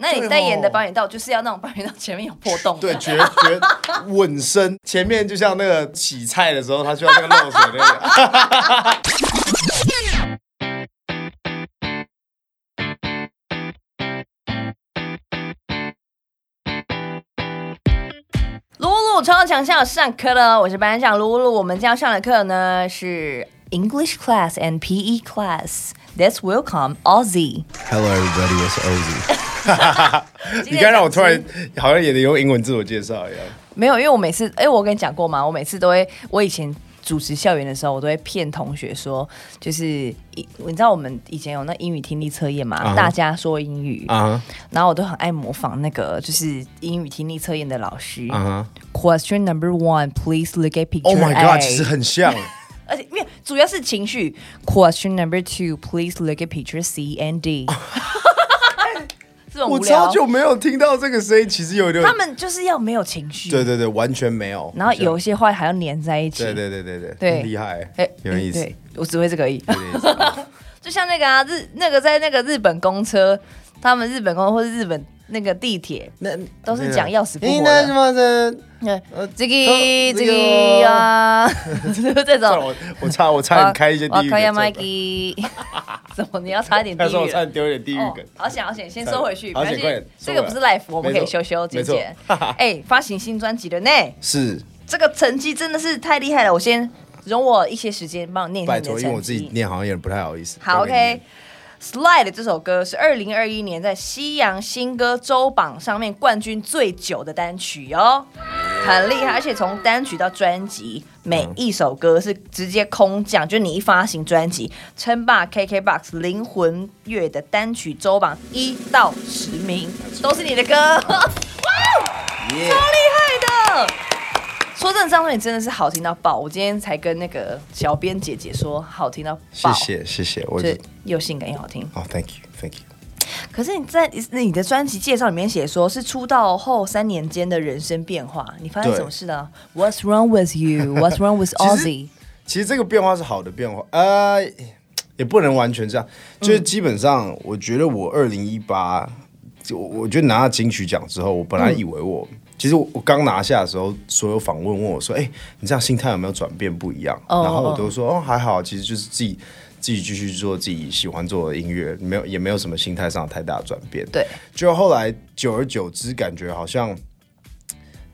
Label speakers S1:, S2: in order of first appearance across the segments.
S1: 那你
S2: 对
S1: 代言的
S2: 吼
S1: 保险套就是要那种保险套前面有破洞的，
S2: 对，绝绝稳身，前面就像那个洗菜的时候，它需要那个漏水那个。
S1: 鲁鲁超强校上课了，我是班长鲁鲁。我们今天要上的课呢是 English class and PE class. Let's welcome Ozzy。
S2: Hello everybody, it's Ozzy 。 你刚才让我突然好像也得用英文自我介绍一样。
S1: 没有，因为我每次，哎、我跟你讲过嘛，我每次都会，我以前主持校园的时候，我都会骗同学说，就是一你知道我们以前有那英语听力测验嘛
S2: 啊
S1: 大家说英语
S2: 啊
S1: 然后我都很爱模仿那个就是英语听力测验的老师。
S2: 啊
S1: Question number one, please look at picture
S2: ！Oh my
S1: A.
S2: god，其实很像。
S1: 而且没有，主要是情绪。Question number two, please look at picture C and D 这 种无
S2: 我
S1: 聊
S2: 超，久没有听到这个声音，其实有一点
S1: 他。们就是要没有情绪，
S2: 对对对，完全没有。
S1: 然后有一些话还要粘在一起。
S2: 对。对对对对，
S1: 对
S2: 很厉害
S1: 哎，，
S2: 有点意思。
S1: 对，我只会这个而已。
S2: 有点意思
S1: 就像那个啊，日那个在那个日本公车，他们日本公车或者日本那个地铁，
S2: 那
S1: 都是讲要死不活的
S2: 你那什么的？
S1: 呃
S2: 呃，
S1: 这
S2: 这
S1: 个这
S2: 这
S1: 个
S2: 个
S1: 啊， 这
S2: 算了
S1: 种。
S2: 我我差我差点开一些地狱
S1: 我开呀
S2: 梗。
S1: ，Mikey，怎么你要差一点地
S2: 但是我
S1: 狱
S2: 差
S1: 了？
S2: 点丢一点地狱
S1: 哦
S2: 梗。，
S1: 好险好险，先收回去，
S2: 好险
S1: 没
S2: 快
S1: 关
S2: 点
S1: 系这
S2: 收
S1: 个
S2: 回
S1: 不是
S2: 来
S1: life，我们可
S2: 没
S1: 以
S2: 错
S1: 修修剪
S2: 没错
S1: 剪。 哎，发行新专辑的呢，
S2: 是，
S1: 这个成绩真的是太厉害了。我先容我一些时间帮你念一下
S2: 拜
S1: 你的
S2: 托，因为我
S1: 成
S2: 自己
S1: 绩。
S2: 念好像有点不太好意思。
S1: 好
S2: 交给你
S1: ，OK。Slide 这首歌是二零二一年在西洋新歌周榜上面冠军最久的单曲哦，很厉害。而且从单曲到专辑，每一首歌是直接空降，就你一发行专辑，称霸 KKBOX 灵魂乐的单曲周榜一到十名，都是你的歌。
S2: 耶
S1: 超厉害的。说真的，这张专辑真的是好听到爆！我今天才跟那个小编姐姐说，好听到
S2: 谢
S1: 爆，
S2: 谢谢谢，我
S1: 就是又性感又好听。
S2: 好，Thank you，Thank you。
S1: 可是你在你的专辑介绍里面写说是出道后三年间的人生变化，你发生
S2: 对
S1: 什么事呢？What's wrong with you? What's wrong with
S2: 其
S1: Ozzy？
S2: 实其实这个变化是好的变化，呃，也不能完全这样，就是基本上，我觉得我二零一八，我我觉得拿到金曲奖之后，我本来以为我。其实我我刚拿下的时候，所有访问问我说：“哎、你这样心态有没有转变不一样？”
S1: 哦
S2: 然后
S1: 哦
S2: 我都说：“哦，还好，其实就是自己自己继续做自己喜欢做的音乐，没有也没有什么心态上的太大的转变。”
S1: 对，
S2: 就后来久而久之，感觉好像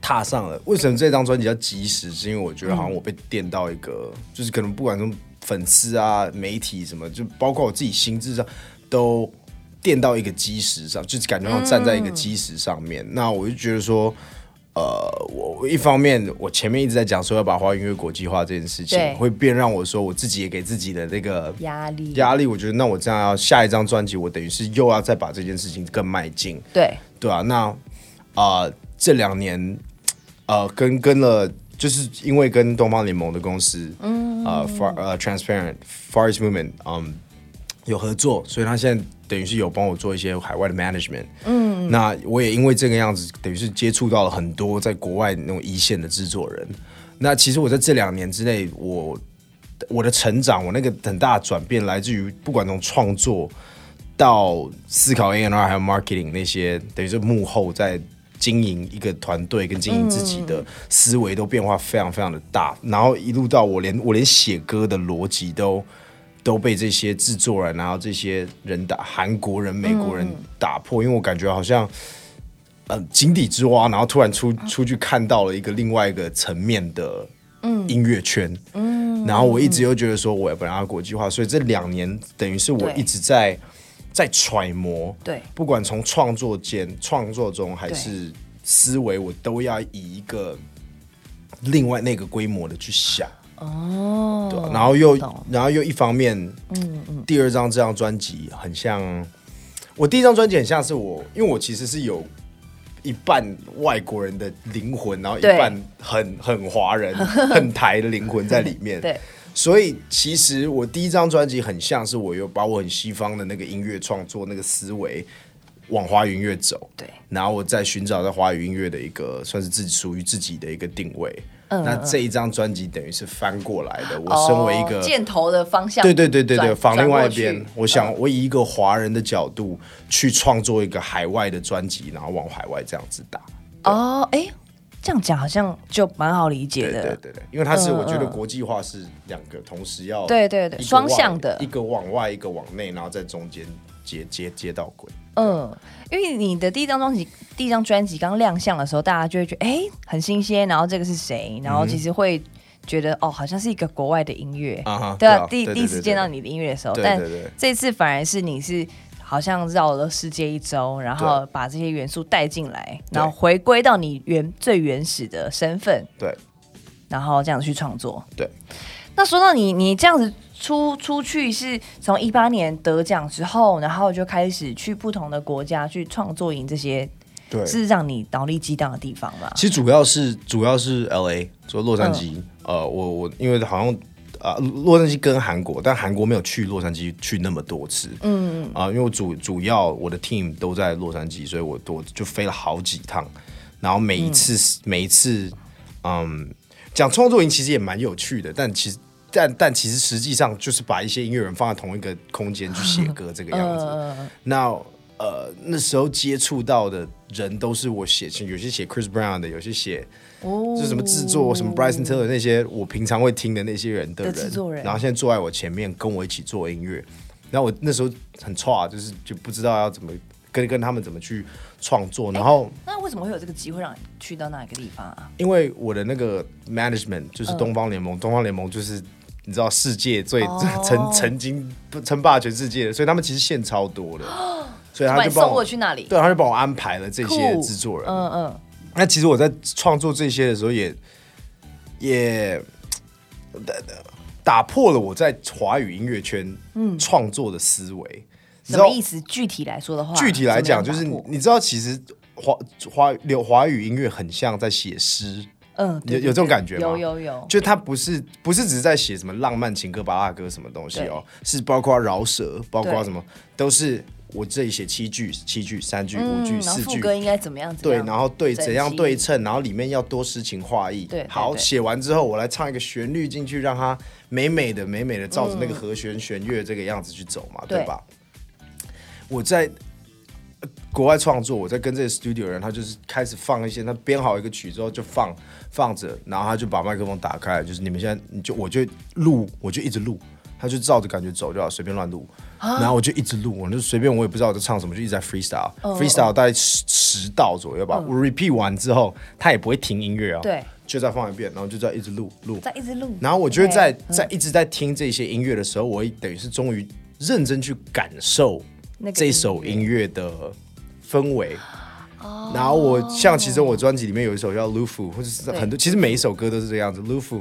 S2: 踏上了。为什么这张专辑叫及时？是因为我觉得好像我被电到一个，就是可能不管从粉丝啊、媒体什么，就包括我自己心智上都电到一个基石上，就是感觉到站在
S1: 嗯
S2: 一个基石上面。那我就觉得说。呃，我我一方面，我前面一直在讲说要把华语音乐国际化这件事
S1: 对
S2: 情，会变让我说我自己也给自己的那个
S1: 压力
S2: 压力。我觉得那我这样要下一张专辑，我等于是又要再把这件事情更迈进。
S1: 对，
S2: 对啊，那啊、呃这两年呃跟跟了，就是因为跟东方联盟的公司，嗯，呃 Far 呃 Transparent Far East Movement，嗯，有合作，所以他现在等于是有帮我做一些海外的 management，嗯，那我也因为这个样子，等于是接触到了很多在国外那种一线的制作人。那其实我在这两年之内，我我的成长，我那个很大的转变来自于不管从创作到思考 A N R 还有 marketing 那些，等于是幕后在经营一个团队跟经营自己的思维都变化非常非常的大，然后一路到我连我连写歌的逻辑都都被这些制作人然后这些人打韩国人美国人打破，因为我感觉好像。呃，井底之蛙，然后突然出出去看到了一个另外一个层面的音乐圈，嗯，然后我一直又觉得说我要把它国际化，所以这两年等于是我
S1: 对
S2: 一直在在揣摩，
S1: 对
S2: 不管从创作间、创作中还
S1: 对
S2: 是思维，我都要以一个另外那个规模的去想，
S1: 哦，
S2: 对吧啊然后又
S1: 懂嗯
S2: 然后又一方面，第二张这张专辑很像，我第一张专辑很像是我，因为我其实是有一半外国人的灵魂，然后一
S1: 对
S2: 半很很华 人、很台的灵魂在里面，
S1: 对，
S2: 所以其实我第一张专辑很像是我有把我很西方的那个音乐创作那个思维往华语音乐走，
S1: 对，
S2: 然后我再寻找在华语音乐的一个算是自己属于自己的一个定位。
S1: 嗯
S2: 那这一张专辑等于是翻过来 的。我身为一个
S1: 哦箭头的方向，
S2: 对对对对对，
S1: 转
S2: 仿另外一边
S1: 转过去。嗯
S2: 我想，我以一个华人的角度去创作一个海外的专辑，然后往海外这样子打。
S1: 哦，哎，这样讲好像就蛮好理解
S2: 对
S1: 的。嗯
S2: 对对对，因为它是我觉得国际化是两个同时要
S1: 对对对
S2: 一个
S1: 双
S2: 往
S1: 向的
S2: 一个往外，一个往内，然后在中间接接接到轨。
S1: 嗯，因为你的第一张专辑，第一张专辑刚亮相的时候，大家就会觉得哎、诶很新鲜，然后这个是谁？然后
S2: 嗯
S1: 其实会觉得、哦，好像是一个国外的音乐
S2: 啊哈
S1: 对
S2: 对
S1: 啊
S2: 啊，
S1: 第
S2: 对对
S1: 第一次
S2: 对对
S1: 见到你的音乐的时候，
S2: 对
S1: 但
S2: 对对
S1: 这次反而是你是好像绕了世界一周，然后把这些元素带进来，然后回归到你原最原始的身份，
S2: 对
S1: 然后这样去创作。
S2: 对，
S1: 那说到你，你这样子出出去是从一八年得奖之后，然后就开始去不同的国家去创作营，这些
S2: 对
S1: 是让你脑力激荡的地方吗？
S2: 其实主要是主要是 L A，就洛杉矶。呃，我我因为好像啊、呃洛杉矶跟韩国，但韩国没有去洛杉矶去那么多次。嗯啊、因为我主主要我的 team 都在洛杉矶，所以我我就飞了好几趟，然后每一次、每一次，嗯，讲创作营其实也蛮有趣的，但其实。但但其实实际上就是把一些音乐人放在同一个空间去写歌这个样子，那呃那时候接触到的人都是我写信，有些写 Chris Brown 的，有些写
S1: 哦
S2: 就是什么制作、什么 Bryson Tiller 那些我平常会听的那些人的人，
S1: 的制作人
S2: 然后现在坐在我前面跟我一起做音乐，然后我那时候很差，就是就不知道要怎么跟跟他们怎么去创作，然后。
S1: 那为什么会有这个机会让你去到那一个地方啊？
S2: 因为我的那个 management 就是
S1: 嗯
S2: 东方联盟，东方联盟就是你知道世界最、
S1: 哦
S2: 曾曾经称霸全世界的，所以他们其实线 超多的，所以他
S1: 把
S2: 就
S1: 你
S2: 帮
S1: 送过去那里？
S2: 对，他就帮我安排了这些
S1: 酷
S2: 制作人。
S1: 嗯嗯，
S2: 那其实我在创作这些的时候也，也打打破了我在华语音乐圈创作的思维。
S1: 嗯什
S2: 你知道
S1: 么意思？具体来说的话，
S2: 具体来讲，就
S1: 怎么样
S2: 是你
S1: 打破
S2: 你知道，其实华华流华语音乐很像在写诗。
S1: 嗯，对
S2: 有
S1: 对
S2: 有这种
S1: 对
S2: 感觉吗
S1: 有有有，
S2: 就他不是不是只是在写什么浪漫情歌、巴拉歌什么东西哦，是包括饶舌，包括
S1: 对
S2: 什么都是我这里写七句、七句、三句、五句、
S1: 嗯，然后
S2: 四
S1: 副
S2: 句，
S1: 歌应该怎么样？怎么
S2: 对，
S1: 样
S2: 然后对怎样
S1: 整齐
S2: 对称，然后里面要多诗情画意。
S1: 对对
S2: 好，
S1: 对
S2: 写完之后我来唱一个旋律进去，让它美美的、美美的照着那个和弦弦乐这个样子去走嘛，
S1: 嗯对
S2: 对吧？我在呃国外创作，我在跟这个 studio 人，他就是开始放一些，他编好一个曲之后就放放着，然后他就把麦克风打开，就是你们现在你就我就录，我就一直录。他就照着感觉走就好，随便乱录。然后我就一直录，我就随便，我也不知道我在唱什么，就一直在 freestyle。freestyle 大概十十道左右吧。我 repeat 完之后，他也不会停音乐哦，
S1: 对，
S2: 就再放一遍，然后就这样一直录录。
S1: 在一直录，
S2: 然后我就会在
S1: OK，
S2: 在一直在听这些音乐的时候，我也等于是终于认真去感受
S1: 那个
S2: 这
S1: 音
S2: 首
S1: 乐
S2: 音乐的氛围。
S1: 哦
S2: 然后我像其实我专辑里面有一首叫《Lufu》，或者是很多，其实每一首歌都是这样子，《Lufu》。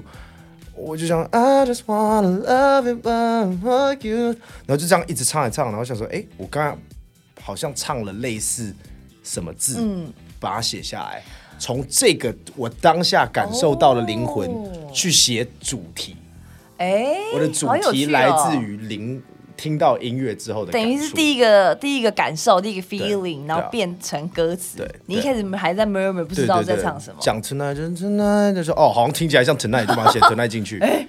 S2: 我就想，I just wanna love you, love you，然后就这样一直唱一唱，然后想说，哎，我刚刚好像唱了类似什么字，
S1: 嗯
S2: 把它写下来，从这个我当下感受到的灵魂
S1: 哦
S2: 去写主题。
S1: 哎，
S2: 我的主
S1: 好有
S2: 题
S1: 趣哦
S2: 来自于聆听到音乐之后的感
S1: 等于
S2: 触，
S1: 是第一个第一个感受，第一个 feeling，
S2: 对啊
S1: 然后变成歌词。
S2: 对
S1: 你一开始还在 murmur 不
S2: 对
S1: 知道
S2: 对
S1: 在
S2: 对
S1: 唱什么。
S2: 讲 tonight 就是 tonight 就说哦，好像听起来像 tonight 就把它写 tonight 进去，
S1: 哎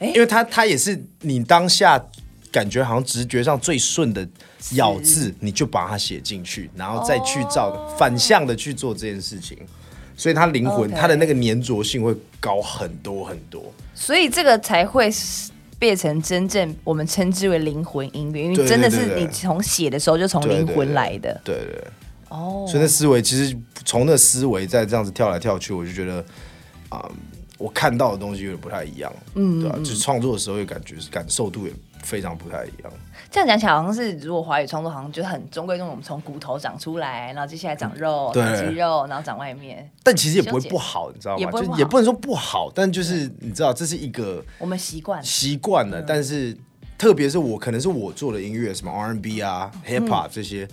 S2: 因为它它也是你当下感觉好像直觉上最顺的咬字，你就把它写进去，然后再去照、反向的去做这件事情，所以它灵魂
S1: 哦 OK
S2: 它的那个粘着性会高很多很多。
S1: 所以这个才会是变成真正我们称之为灵魂音乐，因为
S2: 对对
S1: 真的
S2: 对
S1: 是
S2: 对
S1: 你从写的时候就从
S2: 对
S1: 灵
S2: 对
S1: 魂
S2: 对
S1: 来的。
S2: 对对对。
S1: 哦，
S2: 所以那思维其实从那思维再这样子跳来跳去，我就觉得啊、我看到的东西有点不太一样，嗯，对吧、就是创作的时候也感觉感受度也非常不太一样，
S1: 这样讲起来好像是，如果华语创作好像就很中规中矩，我们从骨头长出来，然后接下来长肉，
S2: 对
S1: 长肌肉，然后长外面，
S2: 但其实也不会
S1: 了解
S2: 不好，你知道
S1: 也
S2: 吗？
S1: 不会不
S2: 就
S1: 好
S2: 也不能说不好，但就是你知道这是一个
S1: 我们习惯了。
S2: 习惯了，但是特别是我可能是我做的音乐，什么 R&B 啊、Hip Hop 这些。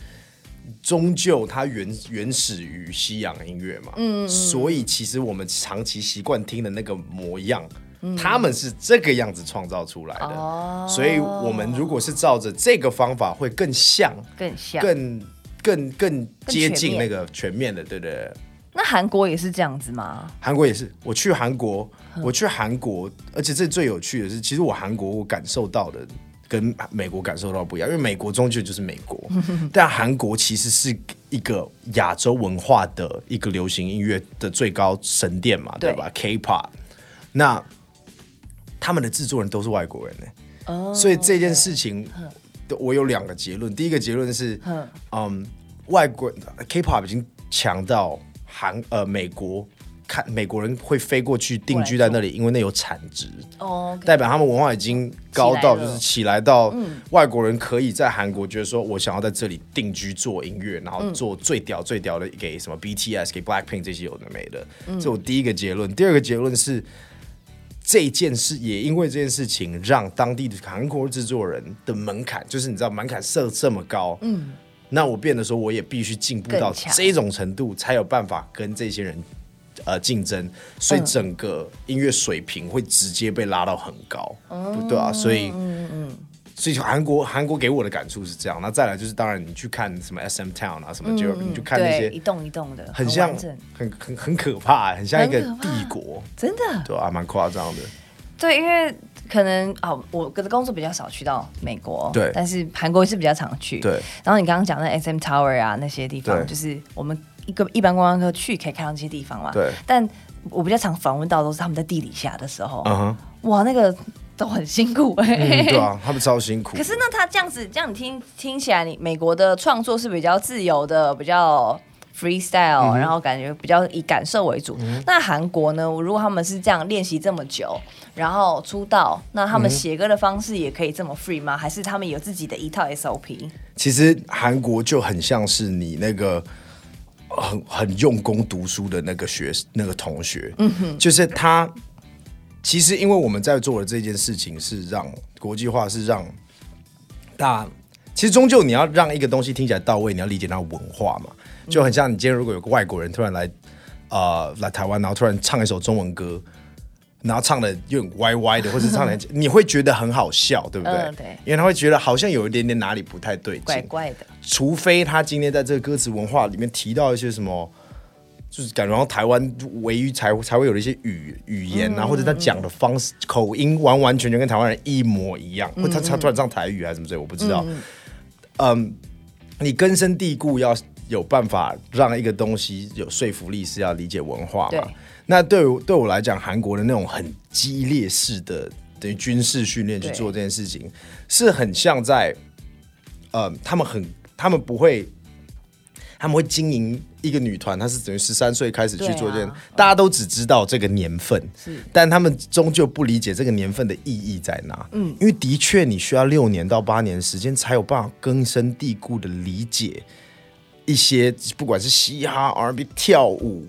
S2: 终究它原原始于西洋音乐嘛，嗯，所以其实我们长期习惯听的那个模样，他们是这个样子创造出来的，
S1: 哦
S2: 所以我们如果是照着这个方法，会更像、
S1: 更像
S2: 更更更接
S1: 全
S2: 近
S1: 面
S2: 那个全面的，对不对？
S1: 那韩国也是这样子吗？
S2: 韩国也是，我去韩国，我去韩国，而且这最有趣的是，其实我韩国我感受到的跟美国感受到不一样，因为美国终究就是美国，但韩国其实是一个亚洲文化的一个流行音乐的最高神殿嘛，对
S1: 对
S2: 吧？K-pop，那他们的制作人都是外国人呢、
S1: 哦
S2: 所以这件事情，我有两个结论。第一个结论是，嗯，外国 K-pop 已经强到韩呃美国看美国人会飞过去定居在那里，因为那有产值，
S1: 哦，OK，
S2: 代表他们文化已经高
S1: 起来
S2: 到就
S1: 了
S2: 是起来到外国人可以在韩国觉得说我想要在这里定居做音乐，
S1: 嗯
S2: 然后做最屌最屌的给什么 BTS 给 Blackpink 这些有的没的，
S1: 嗯
S2: 这我第一个结论。第二个结论是。这件事也因为这件事情，让当地的韩国制作人的门槛，就是你知道门槛设这么高，嗯，那我变得说我也必须进步到
S1: 更强
S2: 这种程度，才有办法跟这些人呃竞争，所以整个音乐水平会直接被拉到很高，不对
S1: 嗯
S2: 啊，所以。所以韩国韩国给我的感触是这样，那再来就是当然你去看什么 SM Town 啊什么，就、你就看那
S1: 嗯对，一
S2: 些
S1: 栋一栋的，
S2: 很
S1: 很
S2: 像
S1: 完整
S2: 很很很可怕、很像一个
S1: 很可怕
S2: 帝国，
S1: 真的。
S2: 对啊，蛮夸张的。
S1: 对，因为可能啊、哦，我的工作比较少去到美国，
S2: 对
S1: 但是韩国是比较常去，
S2: 对。
S1: 然后你刚刚讲的 SM Tower 啊那些地
S2: 对
S1: 方，就是我们一个一般观光客去可以看到这些地方嘛，
S2: 对
S1: 但我比较常访问到都是他们在地底下的时候，
S2: 嗯哼，
S1: 哇，那个都很辛苦哎、
S2: 嗯对啊，他们超辛苦。
S1: 可是呢，他这样子，这样你听听起来，你美国的创作是比较自由的，比较
S2: 嗯
S1: freestyle，、然后感觉比较以感受为主。那韩国呢，如果他们是这样练习这么久，然后出道，那他们
S2: 嗯
S1: 写歌的方式也可以这么 free 吗？还是他们有自己的一套 SOP？
S2: 其实韩国就很像是你那个很很用功读书的那个学那个同学，嗯哼，就是他。其实，因为我们在做的这件事情是让国际化，是让大。其实，终究你要让一个东西听起来到位，你要理解它的文化嘛，就很像你今天如果有个外国人突然来，呃，来台湾，然后突然唱一首中文歌，然后唱的有点歪歪的，或者唱 的你会觉得很好笑，对不对？
S1: 嗯对
S2: 因为他会觉得好像有一点点哪里不太对劲，
S1: 怪怪的，
S2: 除非他今天在这个歌词文化里面提到一些什么，就是感觉到台湾唯一才才会有的一些语语
S1: 嗯
S2: 言啊，或者他讲的方式口音完完全全跟台湾人一模一样，
S1: 嗯
S2: 或者他他突然唱台语还是什么之类，我不知道。嗯，你根深蒂固要有办法让一个东西有说服力，是要理解文化嘛
S1: 对？
S2: 那对我对我来讲，韩国的那种很激烈式的等于军事训练去
S1: 对
S2: 做这件事情，是很像在，呃，他们很他们不会。他们会经营一个女团，她是等于十三岁开始去做这
S1: 对
S2: 件，
S1: 啊
S2: 大家都只知道这个年份
S1: 是，
S2: 但他们终究不理解这个年份的意义在哪。嗯，因为的确你需要六年到八年的时间才有办法根深蒂固的理解一些不管是嘻哈、R&B、跳舞、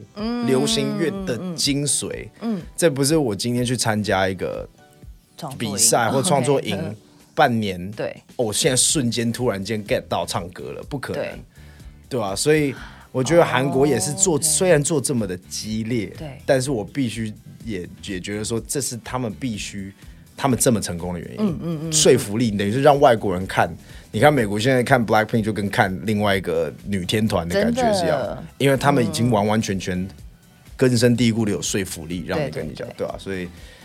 S2: 流行乐的精髓。嗯，这不是我今天去参加一个
S1: 创作营
S2: 比赛或创作营
S1: OK，嗯
S2: 半年，
S1: 对，
S2: 哦，我现在瞬间突然间 get 到唱歌了，不可能
S1: 对，哦
S2: 对吧、所以我觉得韩国也是做，虽然做这么的激烈，
S1: 对
S2: 但是我必须也也觉得说，这是他们必须。他们这么成功的原因，嗯嗯嗯，说服力等于是让外国人看。你看美国现在看 Blackpink 就跟看另外一个女天团的感觉是一样
S1: 真的嗯
S2: 的，因为他们已经完完全全根深蒂固的有说服力，让你
S1: 对
S2: 跟你
S1: 对
S2: 讲，
S1: 对
S2: 对吧、所以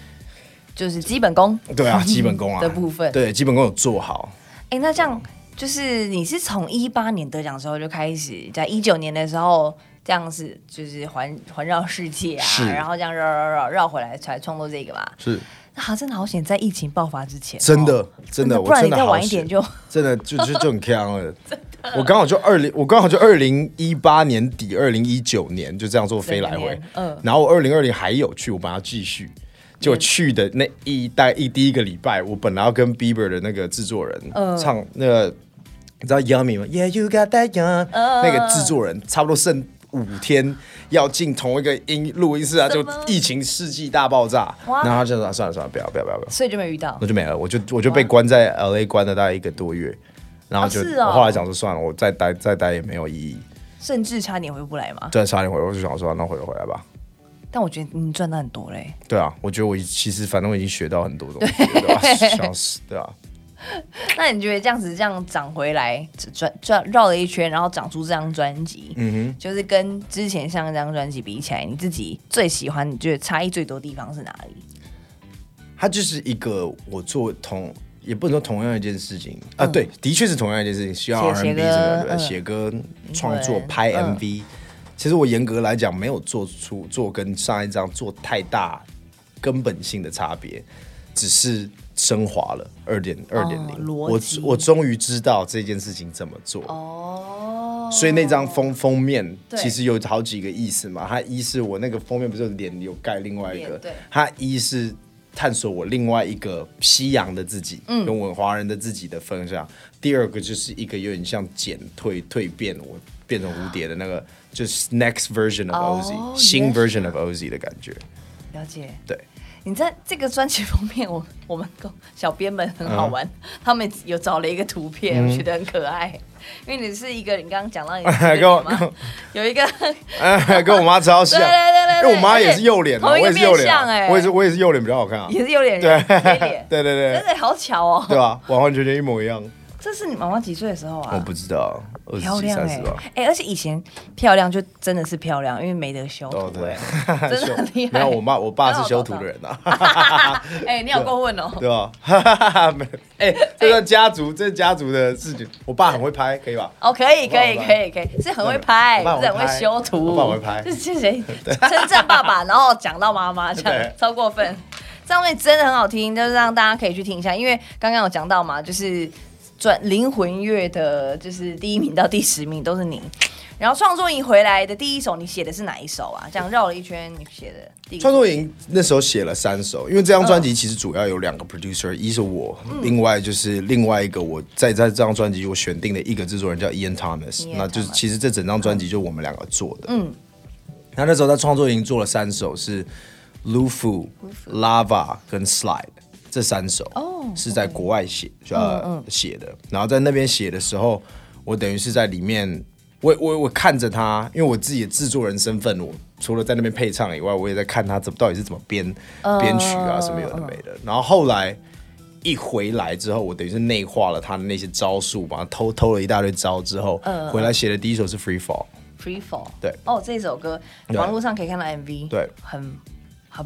S1: 就是基本功。
S2: 对啊，基本功啊
S1: 的部分
S2: 对基本功有做好，
S1: 哎、那这样就是你是从一八年得奖的时候就开始，在一九年的时候这样子就是环环绕世界啊
S2: 是，
S1: 然后这样绕绕绕绕回来才创作这个嘛。
S2: 是
S1: 那、啊、真的好险，在疫情爆发之前哦，
S2: 真的，真的，
S1: 不
S2: 我
S1: 然
S2: 真
S1: 你
S2: 的
S1: 再
S2: 好
S1: 晚一点
S2: 险
S1: 就
S2: 真的就就就很坑了。我刚好就二零，我刚好就二零一八年底，二零一九年就这样做飞来
S1: 整个
S2: 回
S1: 年，嗯
S2: 然后我二零二零还有去，我本来要继续，就去的那一大一第一个礼拜，我本来要跟 Bieber 的那个制作人、
S1: 嗯
S2: 唱那个，你知道 Yummy 吗？Yeah, you got that yum，、那
S1: 嗯
S2: 个制作人差不多剩五天要进同一个音录音室啊，
S1: 什
S2: 就
S1: 么
S2: 疫情世纪大爆炸，
S1: 哇
S2: 然后他就说啊算了算了，不要不要不要不要。
S1: 所以就没遇到
S2: 那。就没了，我就我就被关在 LA 关了大概一个多月，然后就、
S1: 嗯啊是哦
S2: 我后来想说算了，我再待再待也没有意义，
S1: 甚至差点回不来嘛。
S2: 再差点回来，我就想说那回回来吧。
S1: 但我觉得你赚到很多嘞、
S2: 对啊，我觉得我其实反正我已经学到很多东西了，对吧？笑死，对啊，
S1: 那你觉得这样子这样涨回来，转转绕了一圈，然后长出这张专辑，嗯哼，就是跟之前上一张专辑比起来，你自己最喜欢，你觉得差异最多的地方是哪里？
S2: 它就是一个我做同也不能说同样一件事情啊，对，的确是同样一件事情，需要
S1: 写嗯
S2: R&B
S1: 写
S2: 什么
S1: 歌
S2: 的
S1: 嗯
S2: 呃写歌、创作、
S1: 对
S2: 拍
S1: 嗯
S2: MV。其实我严格来讲，没有做出做跟上一张做太大根本性的差别，只是升华了二点二点零。
S1: 哦逻
S2: 我
S1: 辑
S2: 我终于知道这件事情怎么做。
S1: 哦，
S2: 所以那张封封面
S1: 对
S2: 其实有好几个意思嘛，它一是我那个封面不是有脸有盖另外一
S1: 脸
S2: 个
S1: 对，
S2: 它一是探索我另外一个西洋的自己，
S1: 嗯
S2: 跟我华人的自己的分享。第二个就是一个有点像减退蜕变，我变成蝴蝶的那个，就是 next version of
S1: 哦
S2: OZ，、
S1: 原来
S2: 新
S1: 是
S2: version of OZ 的感觉，
S1: 了解。
S2: 对。
S1: 你在这个专辑封面，我我们公小编们很
S2: 嗯
S1: 好玩，他们有找了一个图片，我觉得很可爱。因为你是一个，你刚刚讲 到你是一
S2: 跟我
S1: 个嘛有一个
S2: 哎，跟我妈超像，
S1: 对对对对
S2: 因为我妈也
S1: 而
S2: 是
S1: 且
S2: 右脸嘛，
S1: 同一
S2: 我
S1: 个
S2: 也是右
S1: 面
S2: 脸
S1: 相
S2: 啊，
S1: 哎
S2: 我也是我也是右脸比较好看啊，
S1: 也是有点
S2: 对，
S1: 人黑脸
S2: 对对对
S1: 真，的好巧哦。
S2: 对吧？完完全全一模一样，
S1: 这是你妈妈几岁的时候
S2: 我
S1: 啊？
S2: 不知道，二十
S1: 漂
S2: 几
S1: 亮
S2: 三
S1: 哎、
S2: 十
S1: 欸
S2: 吧。
S1: 哎、而且以前漂亮就真的是漂亮，因为没得修
S2: 哦，
S1: 图哎、
S2: 对，
S1: 真的 很厉害
S2: 没有，我妈我爸是修图的人呐、啊，
S1: 哎、你有过问哦、
S2: 对吧？ 没有，哎、这个家族，这家族的事情，我爸很会拍，可以吧？
S1: 哦，可以，可以，
S2: 我爸
S1: 可以，可以，是很会拍，
S2: 我爸
S1: 不是很
S2: 我爸
S1: 会修图，
S2: 我爸我会拍
S1: 就是谢谢 称赞爸爸，然后讲到妈妈，这样
S2: 对
S1: 超过分。这张专辑真的很好听，就是让大家可以去听一下，因为刚刚有讲到嘛，就是转灵魂乐的，就是第一名到第十名都是你。然后创作营回来的第一首，你写的是哪一首啊？这样绕了一圈，你写的第一
S2: 创作营那时候写了三首，因为这张专辑其实主要有两个 producer，、一是我，
S1: 嗯
S2: 另外就是另外一个我在在这张专辑我选定的一个制作人叫 Ian Thomas，
S1: Ian
S2: 那就是
S1: Thomas
S2: 其实这整张专辑就我们两个做的。
S1: 嗯
S2: 嗯，那那时候在创作营做了三首是 Lufu、Lava 跟 Slide 这三首，
S1: 哦
S2: 是在国外写呃写的，然后在那边写的时候，我等于是在里面。我我我看着他，因为我自己的制作人身份，我除了在那边配唱以外，我也在看他怎么到底是怎么编编曲啊什么有的没的。然后后来一回来之后，我等于是内化了他的那些招数嘛，偷偷了一大堆招之后，回来写的第一首是 Free Fall，
S1: Free Fall，
S2: 对
S1: 哦，这首歌
S2: 对
S1: 网络上可以看到 MV，
S2: 对
S1: 很很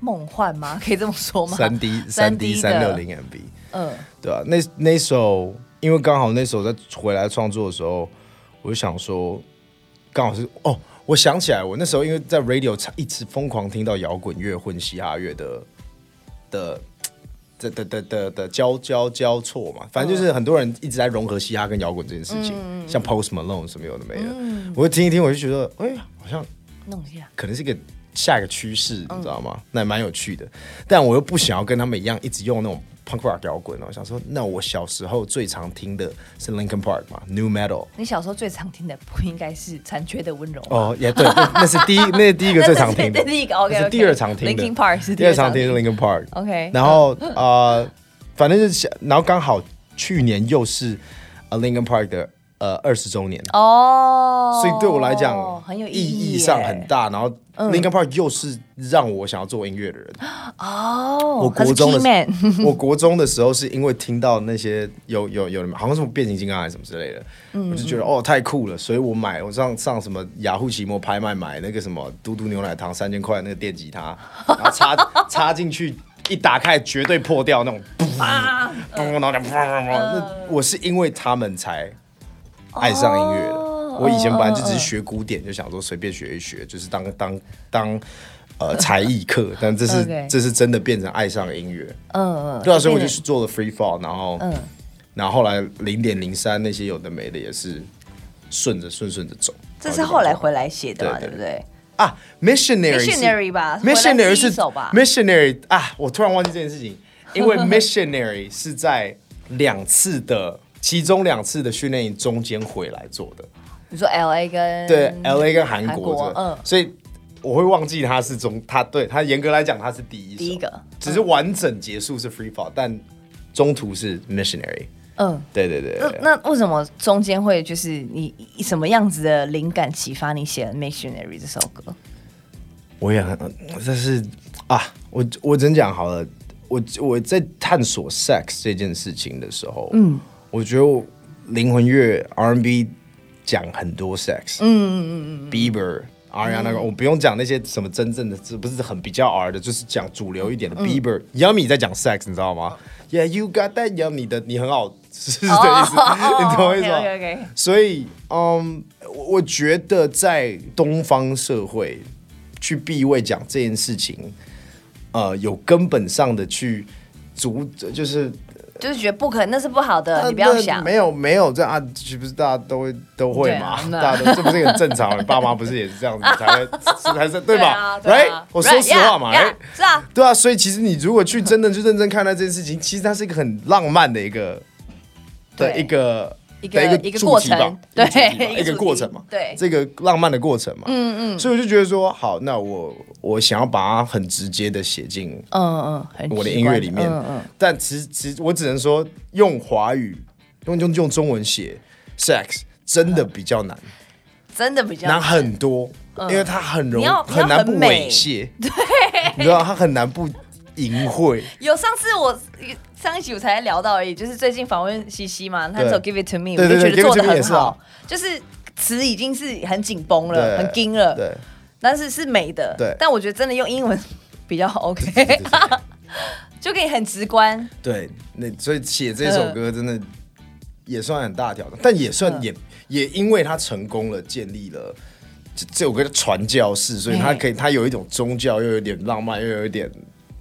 S1: 梦幻吗？ 可以这么说吗？
S2: 三 D 三 D 三六，零 MV，
S1: 嗯，
S2: 对啊，那那首因为刚好那首在回来创作的时候，我就想说，刚好是哦，我想起来，我那时候因为在 radio 常一直疯狂听到摇滚乐混嘻哈乐的的。的的的的的交交交错嘛，反正就是很多人一直在融合嘻哈跟摇滚这件事情，像 Post Malone 什么有的没的，我就听一听，我就觉得，哎、好像
S1: 弄一下。
S2: 可能是一个下一个趋势，你知道吗？那也蛮有趣的。但我又不想要跟他们一样，一直用那种 punk rock 摇滚哦。我想说，那我小时候最常听的是 Linkin Park 嘛，New Metal。
S1: 你小时候最常听的不应该是《残缺的温柔》吗？
S2: 哦，也对，那那是第一， 那是第一个最常听
S1: 那
S2: 的，
S1: 是第一个，OK，OK
S2: 那是第二常听的
S1: Linkin Park 是第
S2: 第
S1: 二
S2: 二
S1: 常
S2: 常
S1: 听
S2: 听的 Linkin Park。
S1: OK
S2: 然 后呃，反正就是想，然后刚好去年又是呃 Linkin Park 的呃二十周年，
S1: 哦，
S2: 所以对我来讲，
S1: 很有
S2: 意
S1: 义
S2: 义嗯上很
S1: 耶
S2: 大。然后 Linkin Park 又是让我想要做音乐的人，
S1: 哦。
S2: 我
S1: 他
S2: 国
S1: 是嗯
S2: 中的
S1: Key Man，
S2: 时候，我国中的时候是因为听到那些有有有人好像什么变形金刚还是什么之类的，
S1: 嗯
S2: 我就觉得哦太酷了，所以我买我上上什么雅虎奇摩拍卖买那个什么嘟嘟牛奶糖三千块那个电吉他，然后插插进去一打开绝对破掉那种，
S1: 啊
S2: 砰然后就砰砰砰，那
S1: 嗯
S2: 我是因为他们才爱上音乐的。
S1: 哦
S2: 我以前本来就只是学古典，就想说随便学一学，就是当当当呃才艺课，但这 是
S1: OK
S2: 这是真的变成爱上音乐。
S1: 嗯，嗯
S2: 对啊，所以我就
S1: 变
S2: 去做了 free fall，然后，
S1: 嗯
S2: 然后后来零点零三那些有的没的也是顺着顺顺着走。
S1: 这
S2: 然
S1: 是
S2: 就
S1: 后来
S2: 把它
S1: 回来写的嘛，对
S2: 对对
S1: 不对？
S2: 啊，missionary 是
S1: Missionary 吧回来
S2: ，missionary
S1: 第一
S2: 是
S1: 首吧
S2: missionary 啊，我突然忘记这件事情，因为 missionary 是在两次的。其中两次的训练营中间回来做的，
S1: 你说 L A 跟
S2: 对、L A 跟韩
S1: 嗯韩国
S2: 国这，
S1: 嗯
S2: 所以我会忘记他是中，他对他严格来讲他是第一首
S1: 第一个
S2: 只是完整结束是 free fall，但中途是 missionary，
S1: 嗯。
S2: 对对对
S1: 那
S2: 对，
S1: 那为什么中间会就是你以什么样子的灵感启发你写了《Missionary》这首歌？
S2: 我也很，但是啊，我我真讲好了，我我在探索 sex 这件事情的时候，嗯，我觉得我灵魂乐 R&B 讲很多 sex，嗯嗯嗯嗯，Bieber。Ariana，、我不用讲那些什么真正的，这不是很比较 R 的，就是讲主流一点的 Bieber、Yummy 在讲 sex，你知道吗？Yeah，you got that Yummy 的，你很好吃是这意思，你懂我意思吗
S1: OK，OK，OK
S2: 所以，嗯，我我觉得在东方社会去避讳讲这件事情，呃，有根本上的去阻，就是
S1: 就是觉得不可能，那是不好的，
S2: 呃
S1: 你不要
S2: 那
S1: 想。
S2: 没有没有这样啊，是不是大家都会都会
S1: 对
S2: 嘛
S1: 啊？那
S2: 大家都这不是很正常？爸妈不是也是这样子才会是才是对吧
S1: 啊 对
S2: ？Right，
S1: 啊
S2: 我说实话嘛
S1: Right，
S2: ，Right
S1: yeah，。yeah，是啊，
S2: 对啊，所以其实你如果去真的去认真看待这件事情，其实它是一个很浪漫的一个的
S1: 对
S2: 一个
S1: 一个
S2: 的
S1: 一个
S2: 主
S1: 过
S2: 题吧
S1: 程
S2: 一个主题
S1: 对
S2: 吧
S1: 一个
S2: 一个
S1: 主
S2: 过
S1: 题
S2: 程嘛，
S1: 对
S2: 这个浪漫的过程嘛，嗯嗯，所以我就觉得说，好，那我我想要把它很直接的写进
S1: 嗯嗯，很
S2: 我的
S1: 直
S2: 音
S1: 观
S2: 乐里面，
S1: 嗯嗯，
S2: 但其实其实我只能说用华语用用用中文写 sex 真的比较难，
S1: 嗯真的比较
S2: 难很多，因为它很容
S1: 嗯你要
S2: 很难不
S1: 你要很
S2: 猥
S1: 美
S2: 亵，对， 你知道它很难不淫秽。
S1: 有上次我上一集我才聊到而已，就是最近访问西西嘛，他
S2: 对
S1: 首 Give It To Me，
S2: 对
S1: 我就
S2: 对
S1: 觉
S2: 对
S1: 得做的
S2: Give It To Me 也
S1: 很
S2: 是啊
S1: 好，就是词已经是很紧绷
S2: 对
S1: 了，很紧了，
S2: 对，
S1: 但是是美的，
S2: 对
S1: 但我觉得真的用英文 比较 OK，就 可以很直观，
S2: 对，那所以写这
S1: 嗯
S2: 首歌真的也算很大挑战，但也算也也因为他成功了，建立了这这首歌的传教士，所以他可以他有一种宗教，又有点浪漫，又有一点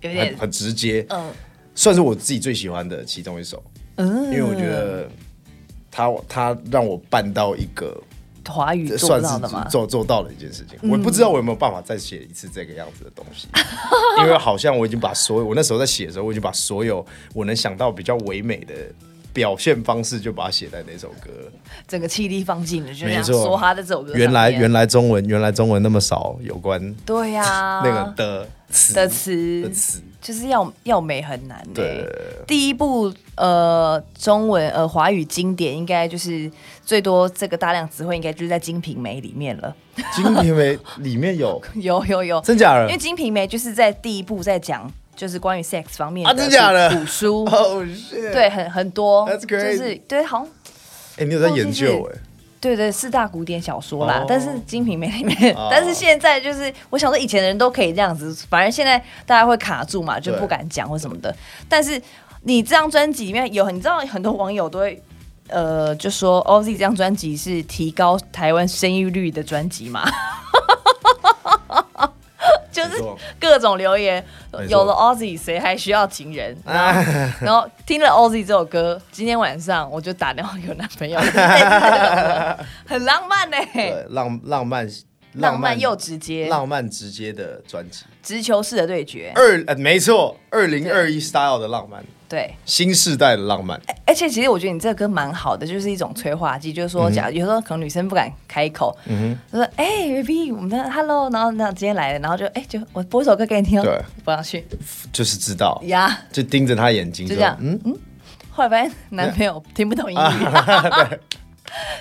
S1: 有点
S2: 很很直接，
S1: 嗯
S2: 算是我自己最喜欢的其中一首，因
S1: 嗯，
S2: 为我觉得他他让我办到一个。
S1: 华语做
S2: 算
S1: 不到
S2: 是
S1: 的嗯嘛，
S2: 做做到了一件事情，我不知道我有没有办法再写一次这个样子的东 西，因为好像我已经把所有我那时候在写的时候，我已经把所有我能想到比较唯美的表现方式就把它写在那首歌了。
S1: 整个气力放尽了，就这样
S2: 没错
S1: 说他的这首歌上面，
S2: 原来原来中文原来中文那么少有关
S1: 对呀、
S2: 那个的词
S1: 啊的词
S2: 的词，
S1: 就是要要美很难、欸。
S2: 对，
S1: 第一部呃中文呃华语经典应该就是最多这个大量词汇应该就是在《金瓶梅》里面了。
S2: 《金瓶梅》里面有
S1: 有有有，
S2: 真假
S1: 因
S2: 的
S1: 为《金瓶梅》就是在第一部在讲就是关于 sex 方面
S2: 啊真假的
S1: 古古 书，
S2: ？Oh shit！
S1: 对，很很多
S2: That's
S1: 就
S2: great
S1: 是对，好像
S2: 哎，你有在研究
S1: 忘
S2: 哎？
S1: 对对，四大古典小说啦，
S2: 哦
S1: 但是《金瓶梅》里面，
S2: 哦
S1: 但是现在就是，我想说以前的人都可以这样子，反正现在大家会卡住嘛，就
S2: 对
S1: 不敢讲或什么的。但是你这张专辑里面有，你知道很多网友都会。呃，就说 OZ 这张专辑是提高台湾生育率的专辑 嘛，就是
S2: 没错
S1: 各种留言
S2: 没，错
S1: 有了 OZ 谁还需要情 人？
S2: 啊，
S1: 然后听了 Ozzy 这首歌，今天晚上我就打电话给我男朋 友，很浪漫呢、
S2: 对，浪浪漫
S1: 浪漫又直接，
S2: 浪漫直接的专辑。
S1: 直球式的对决，
S2: 二呃，没错，二零二一 style 的浪漫，
S1: 对。哎
S2: 新时代的浪漫，
S1: 而且其实我觉得你这个歌蛮好的，就是一种催化剂，就是
S2: 嗯
S1: 说，假如有时候可能女生不敢开口，就说哎、baby，我们的 hello，然后那今天来了，然后就哎、就我播一首歌给你听哦，
S2: 对
S1: 播上去
S2: 就是知道，
S1: 呀，
S2: 就盯着他眼睛，
S1: 就这样，
S2: 嗯，
S1: 嗯嗯。后来发现男朋友听不懂英语，
S2: 嗯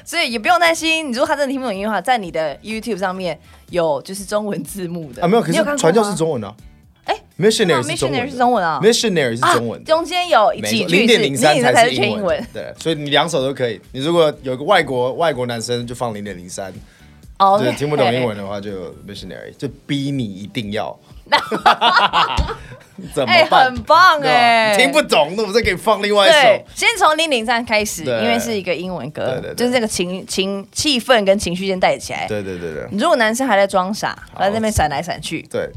S1: 所以也不用担心。你如果他真的听不懂英语的话，在你的 YouTube 上面有就是中文字幕的
S2: 啊，没有，可
S1: 你有看
S2: 是
S1: 过
S2: 传教
S1: 吗
S2: 是中文啊
S1: 哎，是吗
S2: ，missionary 是中文
S1: Missionary 是中文啊
S2: ，missionary 是中文
S1: 啊，
S2: 的，
S1: 中间有几句
S2: 零
S1: 是
S2: 点零三
S1: 0.03才
S2: 才
S1: 全英文
S2: 文，对，所以你两首都可以。你如果有个外国外国男生，就放零点零三，
S1: 哦
S2: 就是
S1: ，OK
S2: 听不懂英文。的话，就 missionary，就逼你一定 要。怎
S1: 哎
S2: 么办？
S1: 很棒
S2: 对吧
S1: 哎
S2: 听不懂，那我再给你放另外一首
S1: 对。，先从零零三开始，
S2: 对
S1: 因为是一个英文歌
S2: 对对，对
S1: 就是这个情情气氛跟情绪先带起来。
S2: 对对对对
S1: 你如果男生还在装傻，还在那边闪来闪去
S2: 对，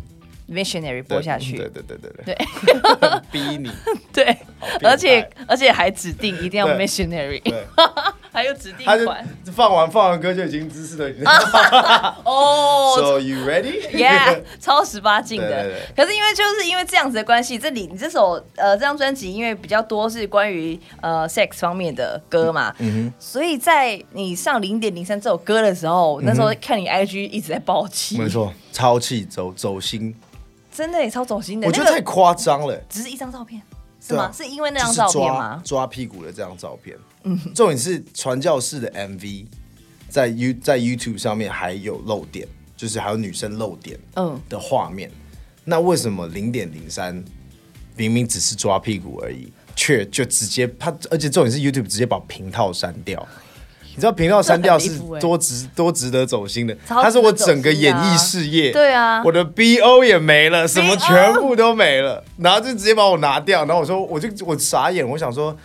S1: ，missionary
S2: 对
S1: 播下
S2: 对
S1: 去，
S2: 对对对对，
S1: 对
S2: 逼你。
S1: 对，
S2: 态
S1: 而且而且还指定一定要
S2: 对
S1: missionary，
S2: 对，
S1: 还有指定
S2: 他就
S1: 款。
S2: 放完放完歌就已经姿势都已经。
S1: 哦。
S2: so you ready?
S1: Yeah，超十八禁的。
S2: 对对对
S1: 可是因为就是因为这样子的关系，这里你这首呃这张专辑因为比较多是关于呃 sex 方面的歌嘛，
S2: 嗯
S1: 所以在你上零点零三这首歌的时候，那时
S2: 嗯
S1: 候看你 IG 一直在爆气，
S2: 没错，超气走走心，
S1: 真的也超走心的。
S2: 我觉得
S1: 那
S2: 太
S1: 个
S2: 夸张了。
S1: 只是一张照片是
S2: 对啊
S1: 吗？是因为那张
S2: 就是
S1: 照片
S2: 抓
S1: 吗？
S2: 抓屁股的这张照片，嗯，重点是传教士的 MV 在 You 在 YouTube 上面还有露点，就是还有女生露点，
S1: 嗯
S2: 的画面。那为什么零点零三明明只是抓屁股而已，却就直接他，而且重点是 YouTube 直接把频道删掉。 你知道频道删掉
S1: 这
S2: 是
S1: 很离谱欸
S2: 多值、多值得走心的，
S1: 超值得
S2: 他是我整个
S1: 走心
S2: 演
S1: 啊
S2: 艺事业，
S1: 对啊
S2: 我的 BO 也没了，什么
S1: BO
S2: 全部都没了，然后就直接把我拿掉，然后我说我就我傻眼，我想说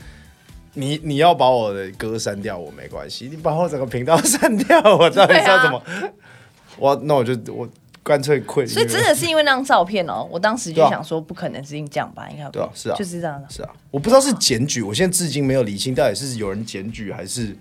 S2: 你你要把我的歌删掉我没关系，你把我整个频道 删掉，我到底
S1: 对啊
S2: 知道怎么？我那我就我干脆困，
S1: 所以真的是因为那张照片哦，我当时就
S2: 对啊
S1: 想说，不可能是因为这样吧？应该
S2: 对啊是啊
S1: 就是这样的。
S2: 是啊，我不知道是检举，我现在至今没有理清到底是有人检举还是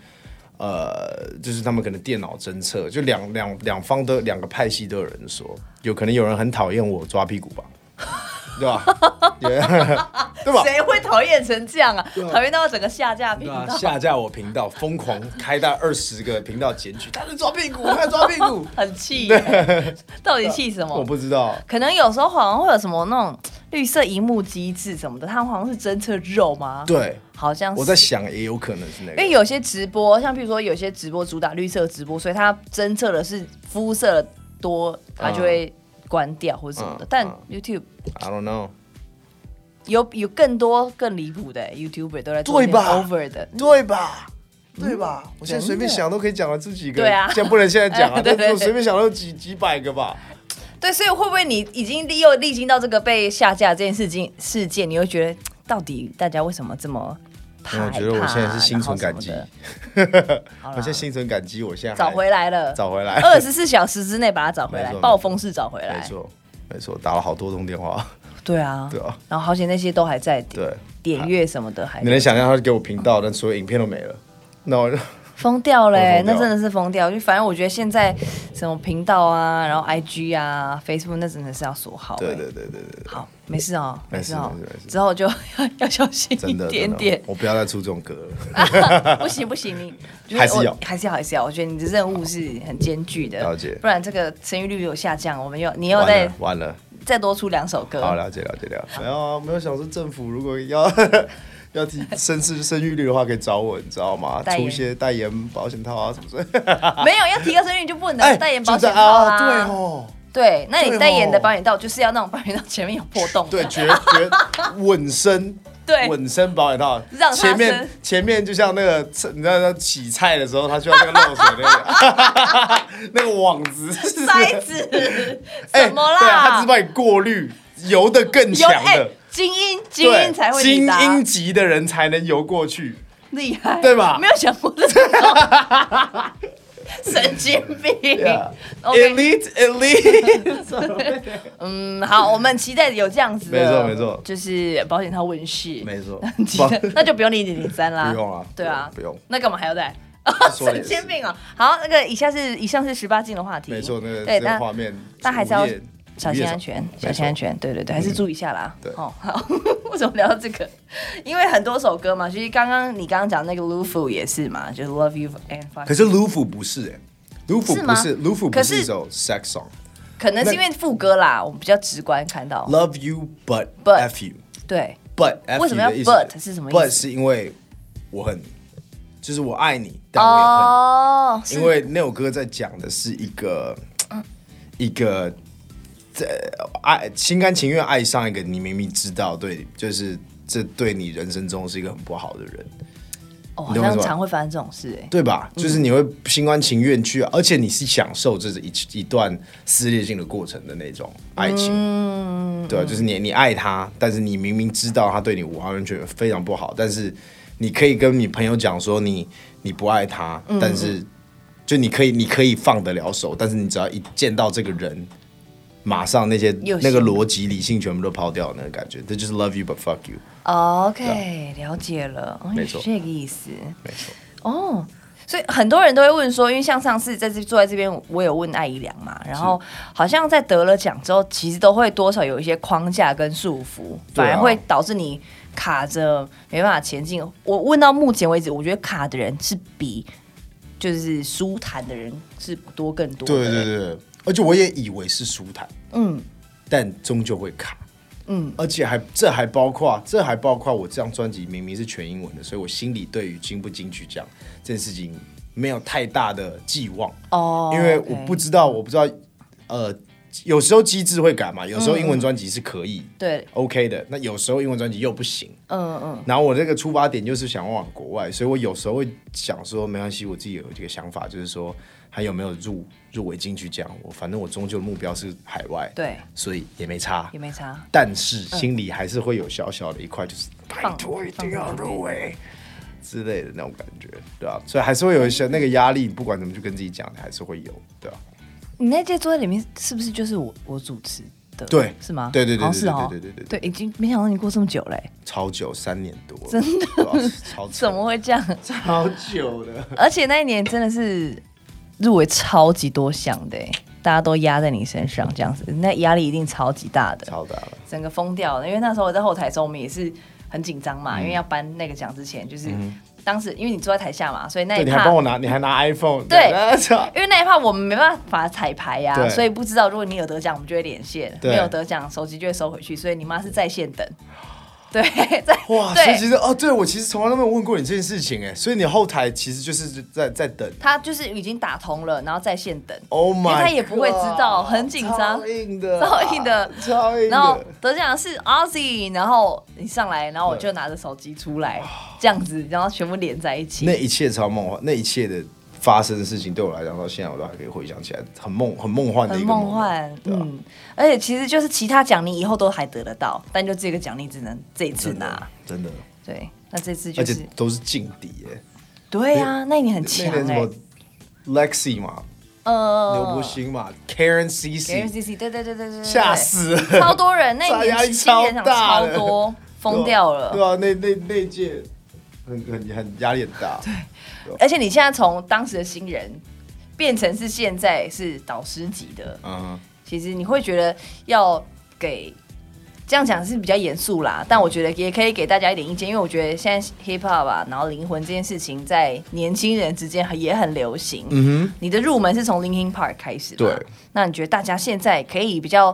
S2: 呃，就是他们可能电脑侦测，就两两两方的两个派系都有人说，有可能有人很讨厌我抓屁股吧， 对吧？ 对啊 对吧？
S1: 谁会讨厌成这样啊？讨厌到整个下架频
S2: 对
S1: 道
S2: 啊，，下架我频道，疯狂开大二十个频道检举，他在抓屁股，他在抓屁 股，
S1: 很气耶， 到底气什
S2: 我
S1: 么？
S2: 不知道，
S1: 可能有时候好像会有什么那种绿色荧幕机制什么的，他们好像是侦测肉吗？，
S2: 对，
S1: 好像
S2: 我
S1: 是
S2: 在想也有可能是那
S1: 因为
S2: 个，
S1: 哎有些直播，像比如说有些直播主打绿色直播，所以它侦测的是肤色多，它就会关掉或者什么的。
S2: 嗯
S1: 但
S2: 嗯
S1: YouTube
S2: I don't know，
S1: 有有更多更离谱的欸 YouTuber 都在做
S2: 对吧
S1: over 的，
S2: 嗯对吧？对吧？我现在随便
S1: 真的
S2: 想都可以讲了这几
S1: 嗯
S2: 个，
S1: 对啊
S2: 现在不能现在 讲啊，
S1: 对
S2: 但
S1: 对
S2: 是我随便想都几几百个吧。
S1: 对，所以会不会你已经历又历经到这个被下架这件事情事件，你会觉得嘖到底大家为什么这么怕？
S2: 我觉得我现在是心存感激
S1: 然后什 么的好
S2: 我
S1: 啦
S2: 现在心存感激，我现在还
S1: 找回来了，
S2: 找回来，
S1: 二十四小时之内把它找回来
S2: 没，错
S1: 暴风式找回
S2: 没
S1: 来。
S2: 错没错，打了好多通电话，
S1: 对啊，
S2: 对啊，
S1: 然后好险那些都还在点
S2: 对，
S1: 点阅什么的，还
S2: 你能想象他给我频道，但所有影片都没了，那我就
S1: 疯掉嘞、
S2: 我疯掉
S1: 那真的是疯掉。就反正我觉得现在什么频道啊，然后 IG 啊、Facebook 那真的是要锁好、欸。
S2: 对对对对对，对
S1: 好，没事哦，
S2: 没事
S1: 哦
S2: 没事没，事
S1: 之后就 要要小心一
S2: 真的
S1: 点
S2: 真
S1: 点
S2: 的，。我不要再出这种歌了。
S1: 不行不行，你就
S2: 还是
S1: 我
S2: 要
S1: 还是要还是要，我觉得你的任务是很艰巨的，
S2: 了解
S1: 不然这个生育率有下降，我们又你又
S2: 完
S1: 再
S2: 了完了，
S1: 再多出两首
S2: 好
S1: 歌，
S2: 了解了解了解， 没有啊，没有想说政府如果要 要提生生生育率的话，可以找我，你知道吗？
S1: 代言
S2: 出一些代言保险套啊什么之类的。
S1: 没有要提高生育率就不能 代言保
S2: 就在
S1: 险套啊，
S2: 哎啊对哦，
S1: 对那你
S2: 对
S1: 代言的
S2: 哦
S1: 保险套就是要那种保险套前面有破洞的，
S2: 对，绝 绝稳身，
S1: 对
S2: 稳身保险套，
S1: 让它
S2: 前面
S1: 生
S2: 前面就像那个，你知道那洗菜的时候，它需要那个漏水那个 那个网子，
S1: 塞子
S2: 哎
S1: 什么
S2: 对，它只
S1: 啦
S2: 是，把你过滤，游的更
S1: 有
S2: 强
S1: 哎
S2: 的。
S1: 精英精
S2: 对，
S1: 英才会
S2: 精
S1: 抵达
S2: 英级的人才能游过去，
S1: 厉害，
S2: 对吧
S1: 没有想过这 种。神经病
S2: Yeah.
S1: OK
S2: elite elite，
S1: 嗯，好，我们期待有这样子的，
S2: 没错没错
S1: 就是保险套问世，
S2: 没错
S1: 期待 那就不用零点零三啦，
S2: 不用啊
S1: 对啊，
S2: 不用
S1: 那干嘛还要带？
S2: 说得
S1: 神
S2: 也是
S1: 经病哦！好，那个以下是以上是十八禁的话题，
S2: 没错，那个
S1: 对，
S2: 那个
S1: 那
S2: 画面，
S1: 但还是要
S2: 午夜
S1: 小心安全，小心安。全，对对对，还是注意一下啦。
S2: 嗯对
S1: 哦，好， 为什么聊到这个？因为很多首歌嘛，其实刚刚你刚刚讲那个 Lufu 也是嘛，就是 Love You and
S2: 午夜可
S1: Fuck，
S2: 是卢浮不是哎，卢浮
S1: 是
S2: 不
S1: 吗
S2: 是卢浮
S1: 可
S2: 不
S1: 是
S2: 是一首 sex song。
S1: 可能是因为副歌啦，我们比较直观看到，
S2: Love you, but,
S1: 哦 But
S2: f you,
S1: 对
S2: but f
S1: 为什么要
S2: you 的意思
S1: but 是什么意思
S2: But 是因为我恨你，就是我爱你，但我也恨你。
S1: 哦，是
S2: 因为那首歌在讲的是一个、一个在爱心甘情愿爱上一个你明明知道对，就是这对你人生中是一个很不好的人，
S1: 哦，好
S2: 你懂我意思
S1: 像
S2: 吗
S1: 常会发生这种事哎、
S2: 对吧？就是你会心甘情愿去，而且你是享受这一一段撕裂性的过程的那种爱情。对啊，就是你你爱他，但是你明明知道他对你完全非常不好，但是你可以跟你朋友讲说你你不爱他，但是就你可以你可以放得了手，但是你只要一见到这个人，马上那些
S1: 又是
S2: 那个逻辑理性全部都抛掉，那个感觉，这就是 love you but fuck you，
S1: 哦 OK，了解了，哦
S2: 啊没错
S1: 是这个意思
S2: 没错，
S1: 哦。所以很多人都会问说，因为像上次在这坐在这边，我有问艾怡良嘛，然后好像在得了奖之后，其实都会多少有一些框架跟束缚，
S2: 对啊
S1: 反而会导致你卡着没办法前进。我问到目前为止，我觉得卡的人是比就是舒坦的人是多更多的。
S2: 对对对对，而且我也以为是舒坦，
S1: 嗯，
S2: 但终究会卡。嗯，而且还这还包括这还包括我这张专辑明明是全英文的，所以我心里对于金不金曲奖这件事情没有太大的寄望，
S1: 哦，
S2: 因为我
S1: OK
S2: 不知道我不知道呃有时候机制会改嘛，有
S1: 嗯
S2: 时候英文专辑是可以、
S1: 对
S2: OK 的，那有时候英文专辑又不行。嗯嗯。然后我这个出发点就是想往国外，所以我有时候会想说，没关系，我自己有这个想法，就是说还有没有入入围进去这样，我反正我终究的目标是海外，
S1: 对，
S2: 所以也没差，
S1: 也没差。
S2: 但是心里还是会有小小的一块，就是拜
S1: 放
S2: 托一定
S1: 放
S2: 要
S1: 在那
S2: 入围之类的那种感觉，对吧、所以还是会有一些那个压力，不管怎么去跟自己讲，还是会有，对吧、
S1: 你那届坐在里面是不是就是我我主持的？
S2: 对
S1: 是吗？
S2: 对对对
S1: 好像是哦，
S2: 对对对对对
S1: 已经没想到你过这么久嘞、
S2: 超久，三年多了，真的超扯
S1: 怎么会这样？
S2: 超久的？
S1: 而且那一年真的是入围超级多项的、欸，大家都压在你身上，这样子，那压力一定超级大的，
S2: 超大了，
S1: 整个疯掉了。因为那时候我在后台的时候，我们也是很紧张
S2: 嗯
S1: 嘛，因为要颁那个奖之前，就是、当时因为你坐在台下嘛，所以那
S2: 对，
S1: 一
S2: 你还
S1: 趴
S2: 帮我拿，你还拿 iPhone，
S1: 哎对
S2: 啊 操
S1: 因为那一趴我们没办法彩排呀、
S2: 对
S1: 所以不知道如果你有得奖，我们就会连线；
S2: 对
S1: 没有得奖，手机就会收回去。所以你妈是在线等， 对，在
S2: 哇，所以
S1: 对，
S2: 其实哦，对我其实从来都没有问过你这件事情，哎，所以你后台其实就是在在等。
S1: 她就是已经打通了，然后在线等。
S2: Oh my，
S1: 因哎为他也不会知道
S2: God，
S1: 很紧张
S2: 超硬的，
S1: 超硬的
S2: 超硬的。
S1: 然后得奖的是 Ozzy，然后你上来，然后我就拿着手机出来，这样子，然后全部连在一
S2: 那
S1: 起。
S2: 一切超梦幻，那一切的发生的事情对我来讲，到现在我都还可以回想起来，很梦很梦幻的
S1: 很
S2: 一个
S1: 梦
S2: moment，
S1: 幻，
S2: 对啊吧？
S1: 嗯，而且其实就是其他奖你以后都还得得到，但就这个奖你只能这一次
S2: 真
S1: 拿
S2: 的。真的，
S1: 对，那这次
S2: 而
S1: 就
S2: 且
S1: 啊是
S2: 都是劲敌耶。
S1: 对啊，那一年很
S2: 那
S1: 强
S2: 年什
S1: 哎
S2: 么，Lexi 嘛，
S1: 呃，
S2: 刘柏辛嘛，Karen CC，
S1: KCC，对对对对对对，
S2: 吓死了，
S1: 超多人，那一
S2: 压
S1: 年
S2: 力
S1: 新
S2: 超
S1: 演场
S2: 大
S1: 超
S2: 的，
S1: 多，疯掉了。
S2: 对啊，对啊那那那一届很很很压力很大，
S1: 而且你现在从当时的新人变成是现在是导师级的，
S2: 嗯，
S1: 其实你会觉得要给这样讲是比较严肃啦，但我觉得也可以给大家一点意见，因为我觉得现在 hip hop 啊，然后灵魂这件事情在年轻人之间也很流行。
S2: 嗯哼，
S1: 你的入门是从 Linkin Park 开始，
S2: 对。
S1: 那你觉得大家现在可以比较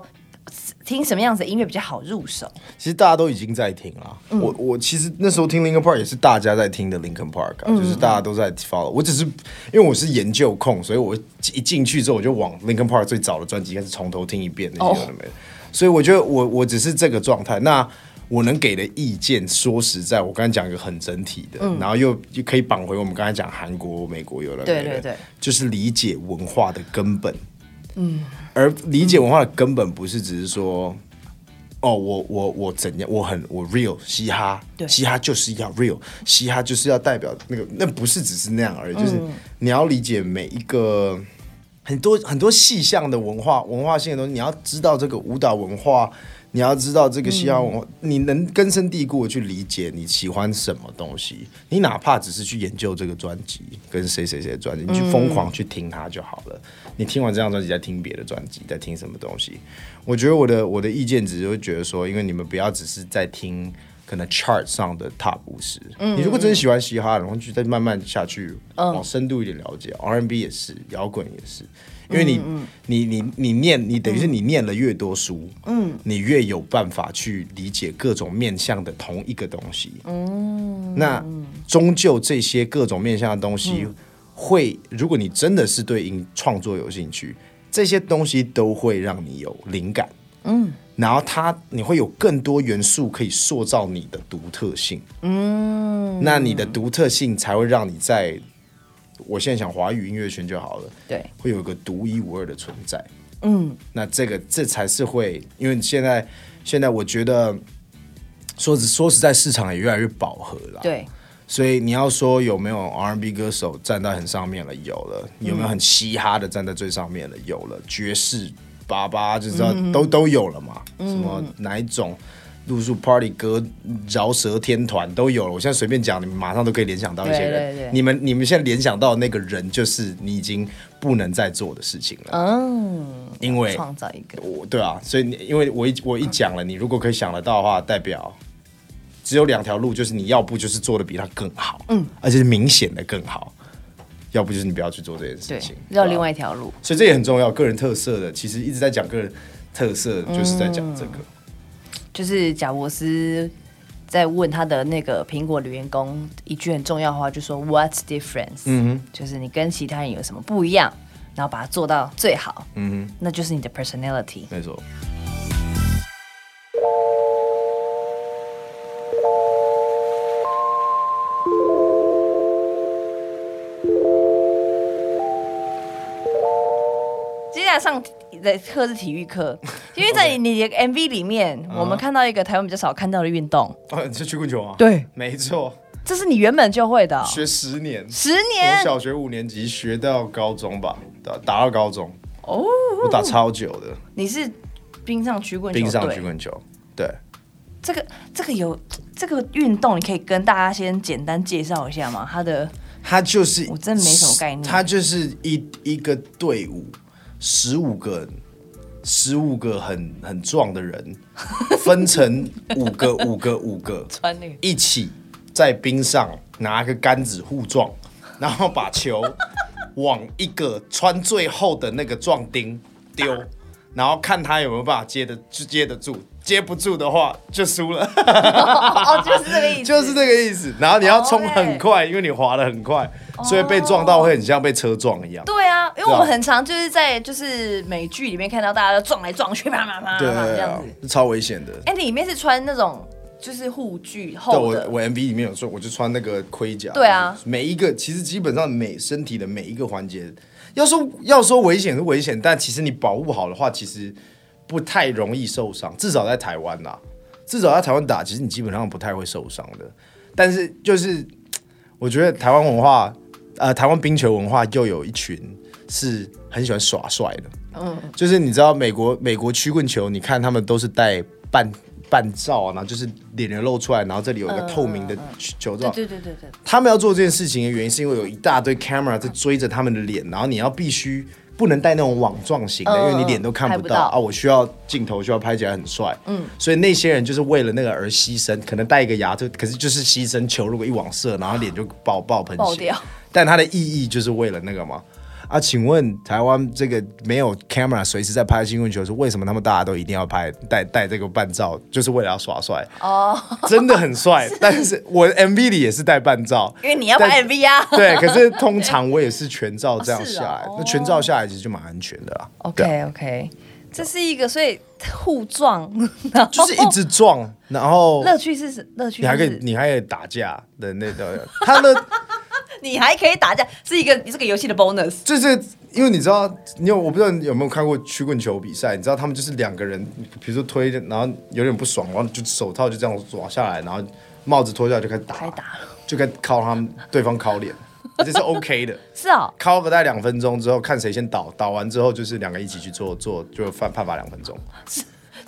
S1: 听什么样子的音乐比较好入手？
S2: 其实大家都已经在听了。
S1: 嗯
S2: 我我其实那时候听 Linkin Park 也是大家在听的 Linkin Park，、啊
S1: 嗯
S2: 就是大家都在 follow。我只是因为我是研究控，所以我一进去之后我就往 Linkin Park 最早的专辑开始从头听一遍那些有的
S1: 哦
S2: 没的。所以我觉得我我只是这个状态。那我能给的意见，说实在，我刚才讲一个很整体的，
S1: 嗯
S2: 然后又又可以绑回我们刚才讲韩国、美国有的没的，
S1: 对对对
S2: 就是理解文化的根本。
S1: 嗯
S2: 而理解文化的根本不是只是说，哦，我我我怎样，我很我 real 嘻哈，
S1: 对
S2: 嘻哈就是要 real，嘻哈就是要代表那个，那不是只是那样而已，就是你要理解每一个很多很多细项的文化文化性的东西，你要知道这个舞蹈文化。你要知道这个嘻哈文化，你能根深蒂固的去理解你喜欢什么东西。你哪怕只是去研究这个专辑跟谁谁谁的专辑，你去疯狂去听它就好了。你听完这张专辑，再听别的专辑，再听什么东西。我觉得我的我的意见只是会觉得说，因为你们不要只是在听可能 chart 上的 top 五十、你如果真的喜欢嘻哈，然后就再慢慢下去，往深度一点了解。R&B 也是，摇滚也是，因为你、你你你念你等于是你念了越多书，嗯，你越有办法去理解各种面向的同一个东西，那终究这些各种面向的东西会，如果你真的是对音创作有兴趣，这些东西都会让你有灵感。嗯，然后它你会有更多元素可以塑造你的独特性。嗯，那你的独特性才会让你在，我现在想华语音乐圈就好了。
S1: 对，
S2: 会有一个独一无二的存在。嗯，那这个这才是会，因为你现在现在我觉得说实说实在，市场也越来越饱和了。，
S1: 对，
S2: 所以你要说有没有 R&B 歌手站在很上面了？有了，有没有很嘻哈的站在最上面了？有了，爵士、巴巴就知道
S1: 嗯
S2: 都都有了嘛。什么哪一种路数 Party 歌、饶舌天团都有了。我现在随便讲，你们马上都可以联想到一些人。
S1: 对对对
S2: 你们你们现在联想到的那个人，就是你已经不能再做的事情了，
S1: 嗯，
S2: 因为
S1: 创造一个，
S2: 我对啊，所以你因为我一我一讲了，你如果可以想得到的话，代表只有两条路，就是你要不就是做的比他更好，嗯，而且是明显的更好，要不就是你不要去做这件事
S1: 对
S2: 情，，
S1: 绕
S2: 对啊
S1: 另外一条路。
S2: 所以这也很重要，个人特色的，其实一直在讲个人特色，就是在讲这个，
S1: 嗯就是贾伯斯在问他的那个苹果女员工一句很重要的话，就说 "What's difference？" 嗯就是你跟其他人有什么不一样？然后把它做到最好，嗯，那就是你的 personality。
S2: 没错。
S1: 接下来上的课是体育课，因 为在你的 MV 里面，
S2: 嗯
S1: 我们看到一个台湾比较少看到的运动，
S2: 啊，你是曲棍球啊？
S1: 对，
S2: 没错，
S1: 这是你原本就会的哦、
S2: 学十年，
S1: 十
S2: 我
S1: 年
S2: 小学五年级学到高中吧，打打到高中，
S1: 哦，
S2: 我打超久的，
S1: 你是冰上曲棍球
S2: 冰上
S1: 队
S2: 曲棍球，对，
S1: 这个这个有这个运动，你可以跟大家先简单介绍一下吗？它的
S2: 他就是
S1: 我真的没什么概念
S2: 他就是一一个队伍，十五个人，十五个很很壮的人，分成五个五个五个
S1: 穿那个
S2: 一起在冰上拿个杆子互撞，然后把 球往一个穿最厚的那个壮丁丢，然后看他有没有办法接得接得住，接不住的话就输了。
S1: 哦，就是这个意思，哦
S2: 就是这个意思。然后你要冲很快，因为你滑得很快，所以被撞到会很像被车撞一样。
S1: 对啊，因为我们很常就是在就是美剧里面看到大家都撞来撞去，啪啪啪啪啪啊这样子。，
S2: 啊超危险的。
S1: 哎、你里面是穿那种就是护具
S2: 对
S1: 厚
S2: 我
S1: 的，
S2: 我 MV 里面有说，我就穿那个盔甲。
S1: 对啊
S2: 每一个其实基本上每身体的每一个环节，要说要说危险是危险，但其实你保护好的话，其实不太容易受伤。至少在台湾啦，至少在台湾打，其实你基本上不太会受伤的。但是就是我觉得台湾文化，呃，台湾冰球文化又有一群是很喜欢耍帅的。嗯，就是你知道美国美国曲棍球，你看他们都是戴半半罩啊，然后就是脸脸露出来，然后这里有一个透明的球罩。
S1: 对对对对对，
S2: 他们要做这件事情的原因，是因为有一大堆 camera 在追着他们的脸，然后你要必须不能戴那种网状型的，
S1: 嗯
S2: 因为你脸都看
S1: 拍
S2: 不
S1: 不
S2: 到
S1: 到
S2: 啊。我需要镜头，需要拍起来很帅。嗯，所以那些人就是为了那个而牺牲，可能戴一个牙就，可是就是牺牲球，如果一往射，然后脸就爆爆喷血
S1: 爆掉。
S2: 但它的意义就是为了那个嘛。啊，请问台湾这个没有 camera 随时在拍新闻球是为什么？他们大家都一定要拍戴戴这个半罩，就是为了要耍帅
S1: 哦，
S2: 真的很帅。但是我 MV 里也是戴半罩，
S1: 因为你要拍
S2: 但
S1: MV 啊。
S2: 对，可是通常我也是全照这样下来，
S1: 哦是啊
S2: 那全照下来其实就蛮安全的啦。对
S1: OK
S2: 啊
S1: OK，这是一个所以互撞，
S2: 哦
S1: 然后
S2: 就是一直撞，然 后
S1: 乐趣是什乐趣、
S2: 你
S1: 就是，
S2: 还可以，你还可以打架的那种。他的
S1: 你还可以打架，是一个这个游戏的 bonus。
S2: 就是因为你知道，你有我不知道你有没有看过曲棍球比赛？你知道他们就是两个人，比如说推，然后有点不爽，然后就手套就这样抓下来，然后帽子脱下来就开始打，
S1: 开始打
S2: 就开始敲他们对方敲脸，这是啊 OK 的。
S1: 是哦，
S2: 敲个大概两分钟之后，看谁先倒，倒完之后就是两个一起去做做，就判判罚两分钟。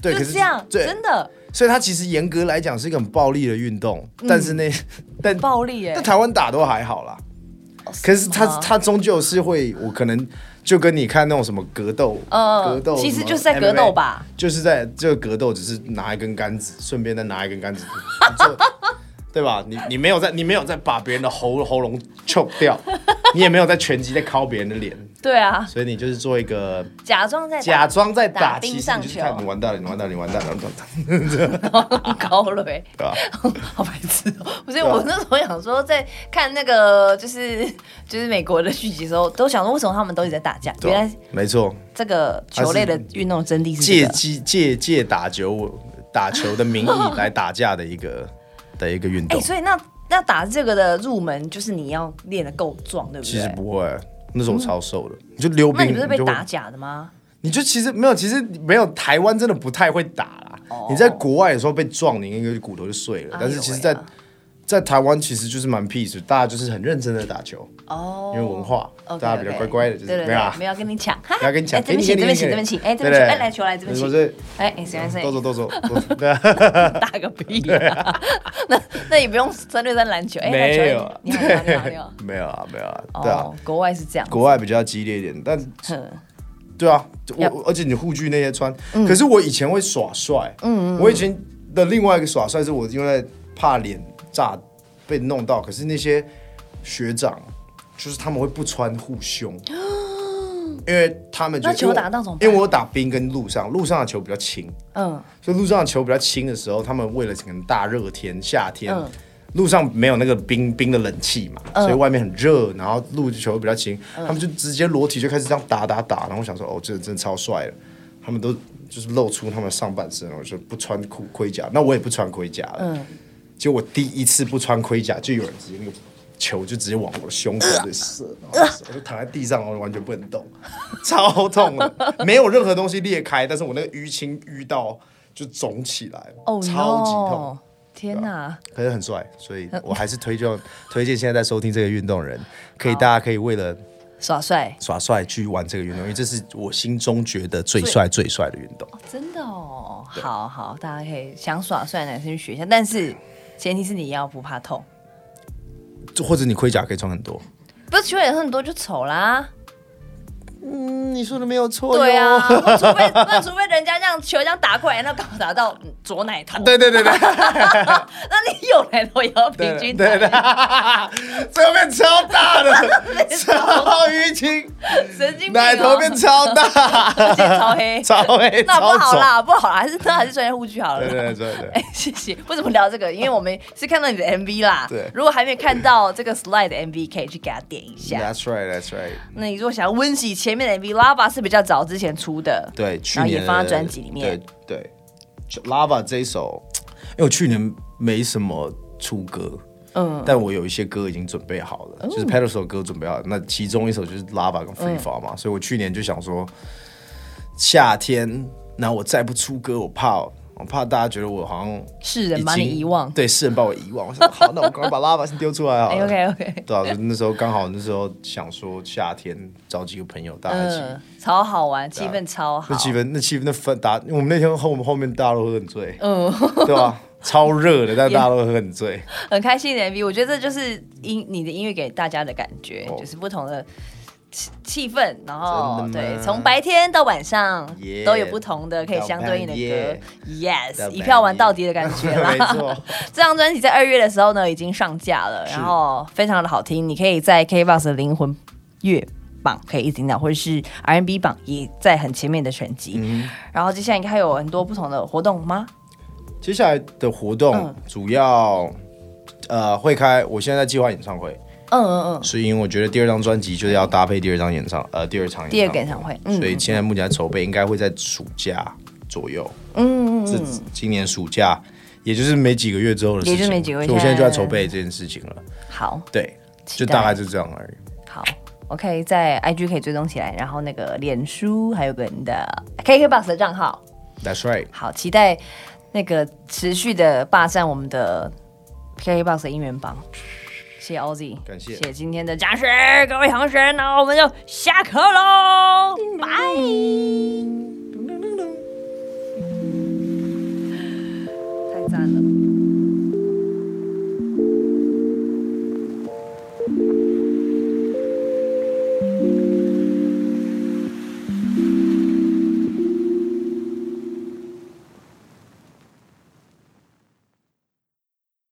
S2: 对，可
S1: 就是这样，
S2: 对，
S1: 真的
S2: 所以它其实严格来讲是一个很暴力的运动，但是那但
S1: 嗯暴力耶、啊
S2: 但台湾打都还好啦。可是它
S1: 是吗
S2: 它终究是会，我可能就跟你看那种什么格斗，
S1: 嗯
S2: 格斗
S1: 其实
S2: 什么
S1: 就是在格斗吧
S2: MMA 就是在这个格斗，只是拿一根杆子，顺便再拿一根杆子，就 对吧？你你没有在你没有在把别人的喉喉咙 choke 掉， 你也没有在拳击在敲别人的脸，
S1: 对啊，
S2: 所以你就是做一个
S1: 假装在打
S2: 假装在打，
S1: 打冰
S2: 其实
S1: 上
S2: 你就是
S1: 球
S2: 看你完蛋了，你完蛋了，你完蛋了，你完蛋了
S1: 高嘞，
S2: 对吧？
S1: 好白痴哦、不
S2: 啊
S1: 是，我那时候想说，在看那个就是就是美国的剧集的时候，都想说为什么他们都一直在打架，
S2: 对
S1: 原
S2: 啊
S1: 来，
S2: 没错。
S1: 这个球类的运动真谛是这
S2: 借
S1: 个。
S2: 机借借打球打球的名义来打架的一个的一个运
S1: 哎、
S2: 动，
S1: 所以那那打这个的入门就是你要练的够壮，对不对？
S2: 其实不会。那时候我超瘦的，你就溜
S1: 那
S2: 冰，
S1: 你不是被
S2: 就会
S1: 打假的吗？
S2: 你就其实没有，其实没有台湾真的不太会打啦。你在国外的时候被撞，你应该就骨头就碎了。
S1: 哎呦
S2: 但是其实在，
S1: 喂
S2: 在
S1: 啊
S2: 台湾其实就是蛮 peace，大家就是很认真的打球，
S1: 哦，
S2: 因为文化，
S1: OK，OK
S2: 大家比较乖乖的，就
S1: 对
S2: 是
S1: 对
S2: 没有
S1: 对，
S2: 啊
S1: 没，有跟你抢，哈哈
S2: 不要跟你抢。
S1: 哎这边
S2: 给
S1: 请，
S2: 你
S1: 这边
S2: 给
S1: 请，
S2: 你
S1: 这边请，哎，这边
S2: 对
S1: 请，
S2: 对
S1: 哎，来球来，这边
S2: 你说
S1: 请，
S2: 这
S1: 哎，哎，谁来谁
S2: 动手动手，动手对啊
S1: 打个屁呀！ 那那也不用三对三篮球，哎，篮球
S2: 没有，
S1: 你好，你好，你好，你好。
S2: 没有啊，没有啊，对啊
S1: 哦，，国外是这样，
S2: 国外比较激烈一点，但
S1: 哼
S2: 对啊，我
S1: Yep 嗯
S2: 我而且你护具那些穿，可是我以前会耍帅，嗯我以前的另外一个耍帅是我因为怕脸炸被弄到，可是那些学长就是他们会不穿护胸， 因为他们觉
S1: 那
S2: 得
S1: 球
S2: 因为我
S1: 打到怎么办
S2: 因为我打冰跟路上，路上的球比较轻，
S1: 嗯，
S2: 所以路上的球比较轻的时候，他们为了可能大热天夏天。
S1: 嗯
S2: 路上没有那个冰冰的冷气嘛，所以外面很热，然后路球比较轻，他们就直接裸体就开始这样打打打，然后我想说哦，这个真的超帅的，他们都就是露出他们的上半身，我就不穿裤盔甲，那我也不穿盔甲了，就我第一次不穿盔甲，就有人直接那个。球就直接往我的胸口里射，然后我就躺在地上，我完全不能动，超痛的，没有任何东西裂开，但是我那个淤青淤到就肿起来，
S1: 哦、
S2: 超级痛。啊
S1: no！天哪，
S2: 可是很帅，所以我还是推荐推荐现在在收听这个运动人，可以大家可以为了
S1: 耍帅，
S2: 耍帅去玩这个运动，因为这是我心中觉得最帅最帅的运动。
S1: 真的哦。好好，大家可以想耍帅的男生去学一下，但是前提是你要不怕痛。
S2: 就或者你盔甲可以穿很多。
S1: 不是球员很多就丑啦，
S2: 嗯，你说的没有错
S1: 对啊，，我除非 那除非人家这样球这样打过来，那刚好打到嗯左奶头，
S2: 对对对对
S1: 那你右奶头也要平
S2: 对
S1: 均
S2: 对
S1: 打，
S2: 对，这个变超 大的，超淤青，
S1: 神经病、哦，
S2: 奶 头变超大，
S1: 而且超黑，
S2: 超黑，
S1: 那
S2: 超
S1: 不好
S2: 肿。
S1: 啦，不好啦，还是 那还是专业护具好了。
S2: 对对对对
S1: 哎、谢谢。为什么聊这个？因为我们是看到你的 MV 啦。
S2: 对
S1: 如果还没有看到这个 slide 的 MV，可以去给他点一下。
S2: That's right, that's right。
S1: 那你如果想要温习前面的 MV，拉巴是比较早之前出的。
S2: 对，去
S1: 然后
S2: 年
S1: 也放在专辑里面。。
S2: 对对就，Lava 这一首，因为我去年没什么出歌，
S1: 嗯，哦
S2: 但我有一些歌已经准备好了，就是 Pedestal 歌准备好了。那其中一首就是 Lava 跟
S1: 嗯
S2: Free Fall 嘛，所以我去年就想说，夏天，那我再不出歌，我怕哦我怕大家觉得我好像
S1: 世
S2: 已
S1: 人把你
S2: 经
S1: 遗忘。
S2: 对，世人把我遗忘。我想好，那我赶快把 Lava 先丢出来 好
S1: 哎
S2: 了。
S1: ，OK OK，
S2: 对啊，就那时候刚好那时候想说夏天找几个朋友大家一起
S1: 嗯，超好玩，气氛超好
S2: 啊那。气氛，那气氛，那氛打，我们那天后后面大家都喝很醉，嗯，对吧？超热的，但大家都喝很醉。
S1: 很开心的 MV，我觉得这就是音你的音乐给大家的感觉，
S2: 哦
S1: 就是不同的气气氛，然后
S2: 真的吗
S1: 对，从白天到晚上
S2: Yeah，
S1: 都有不同的可以相对应的
S2: 到
S1: 歌，yes，
S2: 到
S1: 一票玩到底的感觉啦。
S2: 没错，
S1: 这张专辑在二月的时候呢已经上架了，然后非常的好听，你可以在 KBox 的灵魂乐榜可以一直听到，或者是 R&B 榜也在很前面的选集。
S2: 嗯
S1: 然后接下来应该还有很多不同的活动吗？
S2: 接下来的活
S1: 嗯
S2: 动主要呃会开，我现在在计划演唱会，
S1: 嗯嗯嗯，
S2: 是因为我觉得第二张专辑就是要搭配第二张演唱，呃，第二场演唱
S1: 第二个演唱会，嗯
S2: 所以现在目前在筹备，应该会在暑假左右，
S1: 嗯嗯
S2: 这今年暑假，也就是没几个月之后的事情，
S1: 也就是没几个月
S2: 所以我现在就在筹备这件事情了，
S1: 好。
S2: 对，
S1: 期
S2: 就
S1: 待
S2: 大概就这样而已。
S1: 好，OK，在 IG 可以追踪起来，然后那个脸书还有个你的 KKBox 的账号，
S2: That's right。
S1: 好，期待那个持续的霸占我们的 KKBox 的音源榜。谢谢 OZ，
S2: 感谢
S1: 谢谢今天的嘉许，各位航神，那我们就下课喽，拜。太赞了。